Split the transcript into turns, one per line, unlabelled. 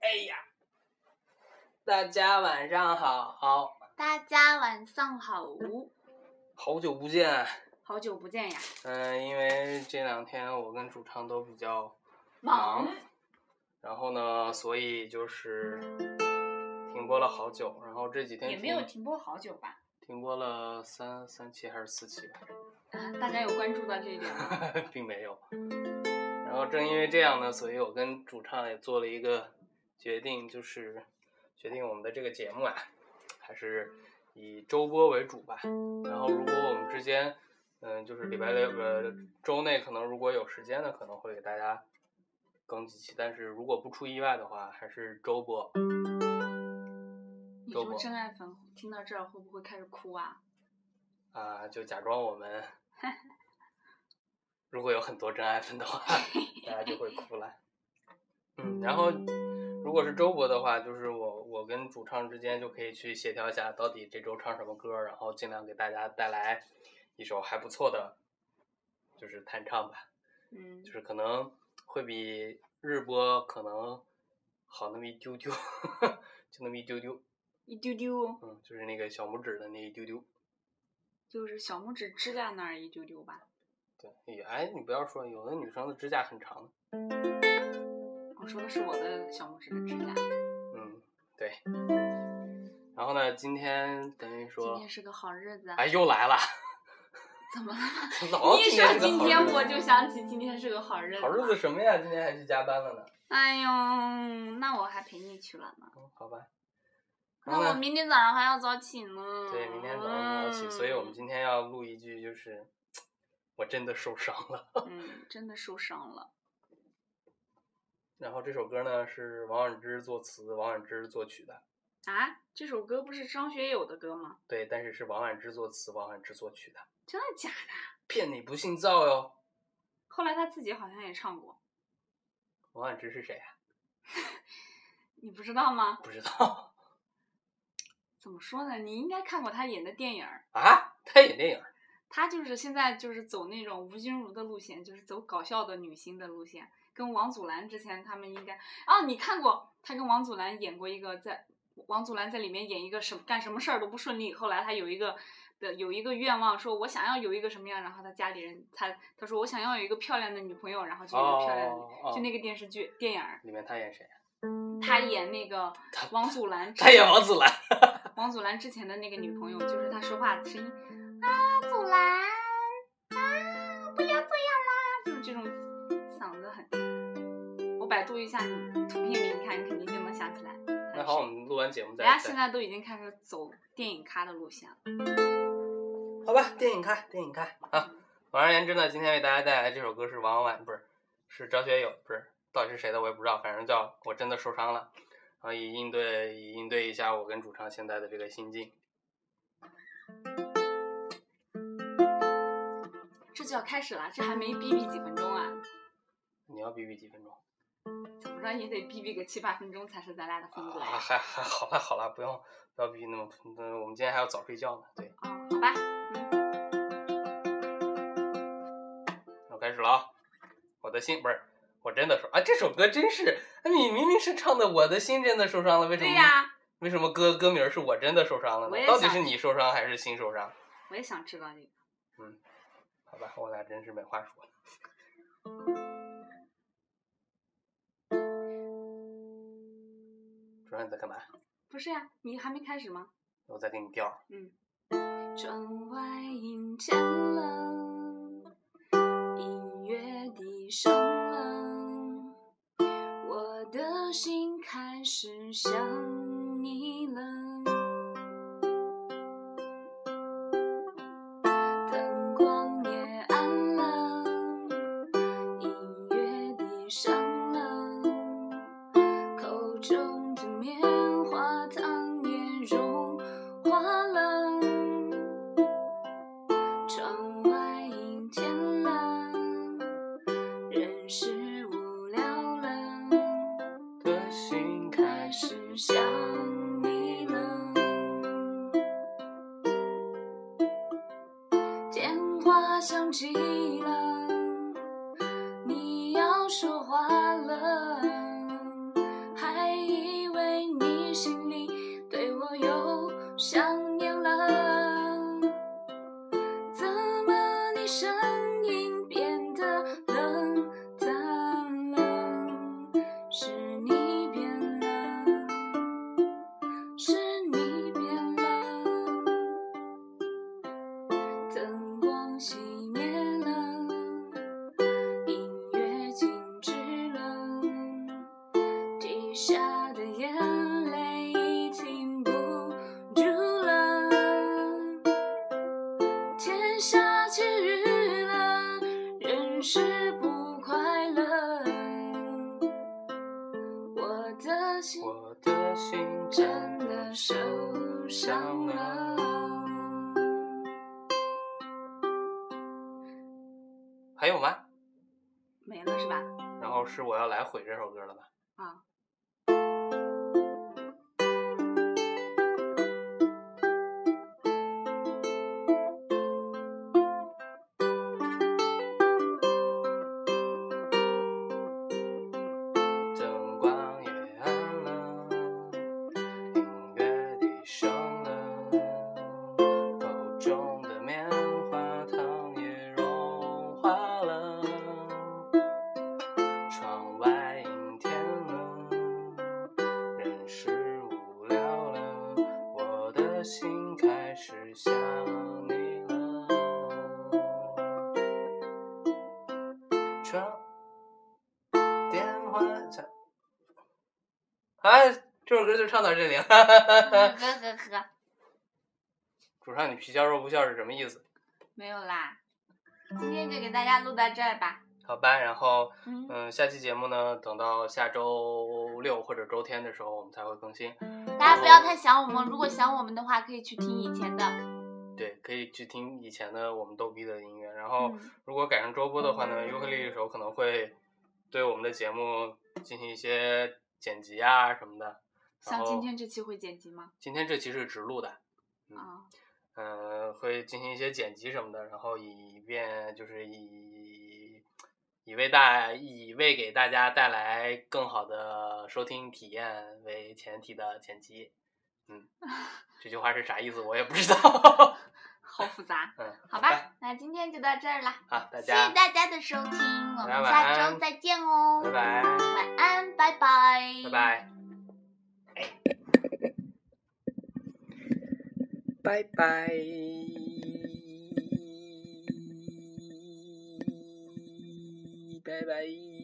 哎呀，大家晚上好，
大家晚上好，
好久不见。
好久不见呀，
嗯、因为这两天我跟主唱都比较
忙，
然后呢，所以就是停播了好久。然后这几天
也没有
停
停播好久吧？
停播了三三期还是四期吧，
啊，大家有关注到这一点吗？
并没有。然后正因为这样呢，所以我跟主唱也做了一个决定，就是决定我们的这个节目啊，还是以周播为主吧。然后如果我们之间，嗯、就是礼拜六呃周内可能如果有时间呢，可能会给大家更几期，但是如果不出意外的话，还是周播。
你
周
说
末
真爱粉听到这儿会不会开始哭啊？
啊、就假装我们如果有很多真爱粉的话，大家就会哭了。嗯，然后如果是周播的话，就是我我跟主唱之间就可以去协调一下，到底这周唱什么歌，然后尽量给大家带来一首还不错的，就是弹唱吧，
嗯
就，是可能会比日播可能好那么一丢 丢，就那么一丢丢，
一丢丢，
嗯，就是那个小拇指的那一丢丢。
就是小拇指指甲那儿一丢丢吧。
对，也哎，你不要说，有的女生的指甲很长的。
我说的是我的小拇指的指甲。
嗯，对。然后呢，今天等于
今
说
天，是个好日子，
哎，又来了，
怎么了？
老
一
提这
说
个
今
好
天
日子
我就想起今天是个好日子。
好日子。什么呀？今天还去加班了呢。
哎呦，那我还陪你去了呢。
嗯，好吧。然
那我
后呢？
明天早上还要早起呢。
对，明天早上早起，所以我们
嗯
今天要录一句，就是我真的受伤了。
嗯，真的受伤了。
然后这首歌呢是王菀之作词，王菀之作曲的。
啊，这首歌不是张学友的歌吗？
对，但是是王菀之作词，王菀之作曲的。
真的假的？
骗你不信造哟。
后来他自己好像也唱过，
王菀之是谁啊？
你不知道吗？
不知道
怎么说呢？你应该看过他演的电影儿。
啊？他演电影儿。
他就是现在就是走那种吴君如的路线，就是走搞笑的女星的路线，跟王祖蓝之前他们应该哦，你看过他跟王祖蓝演过一个在王祖蓝在里面演一个什么干什么事儿都不顺利，后来他有一个的有一个愿望，说我想要有一个什么样，然后他家里人他他说我想要有一个漂亮的女朋友，然后就有一个漂亮的女、
哦
就那个电视剧电影儿，
里面他演谁？
他演那个
他
王祖蓝之前，
他演王祖蓝。
王祖蓝之前的那个女朋友，就是他说话声音啊，祖蓝啊，不要这样啦，就是这种嗓子很。我百度一下你图片给你看，你肯定就能想起来。
那好，我们录完节目再。
人家现
再
在都已经开始走电影咖的路线了。
好吧，电影看，电影看啊。总而言之呢，今天为大家带来这首歌是王婉，不是是张学友，不是到底是谁的我也不知道，反正叫我真的受伤了。然后以应对以应对一下我跟主唱现在的这个心境。
这就要开始了，这还没哔哔几分钟啊，
你要逼逼几分钟？
怎么着也得哔哔个七八分钟才是咱俩的风格呀。
啊，还还好了好了，不用不要逼那么，嗯，我们今天还要早睡觉呢。对，
哦，好吧，
我开始了啊。我的心不是，我真的受啊，这首歌真是，啊你明明是唱的我的心真的受伤了，为什么？
对呀、
为什么歌歌名儿是我真的受伤了
我也
呢？到底
想
是你受伤还是心受伤？
我也想知道这个。
好吧，我俩真是没话说了。主任你在干嘛？
不是呀、你还没开始吗？
我在给你调儿。
窗外阴天了，音乐低声了，我的心开始想你了。灯光也暗了，音乐低声了，口中的棉花糖也融化了，窗外阴天了，人是无聊了，
的心
开始想你了。电话响起了，你要说话了，还一
下的眼泪已停不住了，天下起雨了，人是不快乐。我的心
我的心
真
真
的
的
受
受
伤
伤
了
了。。还有吗？
没了是吧？
然后是我要来回这首歌了吧？
啊，
灯光也暗了，音乐低声了，口中的棉花糖也融化了， 窗外阴天了，人是无聊了，我的心开始想你了，窗。电话响。哎，这首歌就唱到这里了。
呵呵呵，
主唱，你皮笑肉不笑是什么意思？
没有啦。今天就给大家录到这儿吧。
好吧，然后
嗯，
嗯，下期节目呢，等到下周六或者周天的时候，我们才会更新。
大家不要太想我们，如果想我们的话，可以去听以前的。
对，可以去听以前的我们逗逼的音乐。然后
嗯，
如果赶上周播的话呢，尤克里里手可能会对我们的节目进行一些剪辑啊什么的。然
像
后
今天这期会剪辑吗？
今天这期是直录的，嗯
啊，
呃，会进行一些剪辑什么的，然后以便就是以以为大以为给大家带来更好的收听体验为前提的剪辑。嗯，这句话是啥意思？我也不知道。
好复杂。
嗯，
好吧，那今天就到这儿啦，
好，大
谢
家
谢大家的收听，
大
我
家
们
晚
下周
安
再见哦，
拜拜，
晚安，拜拜，
拜拜。拜拜。拜拜。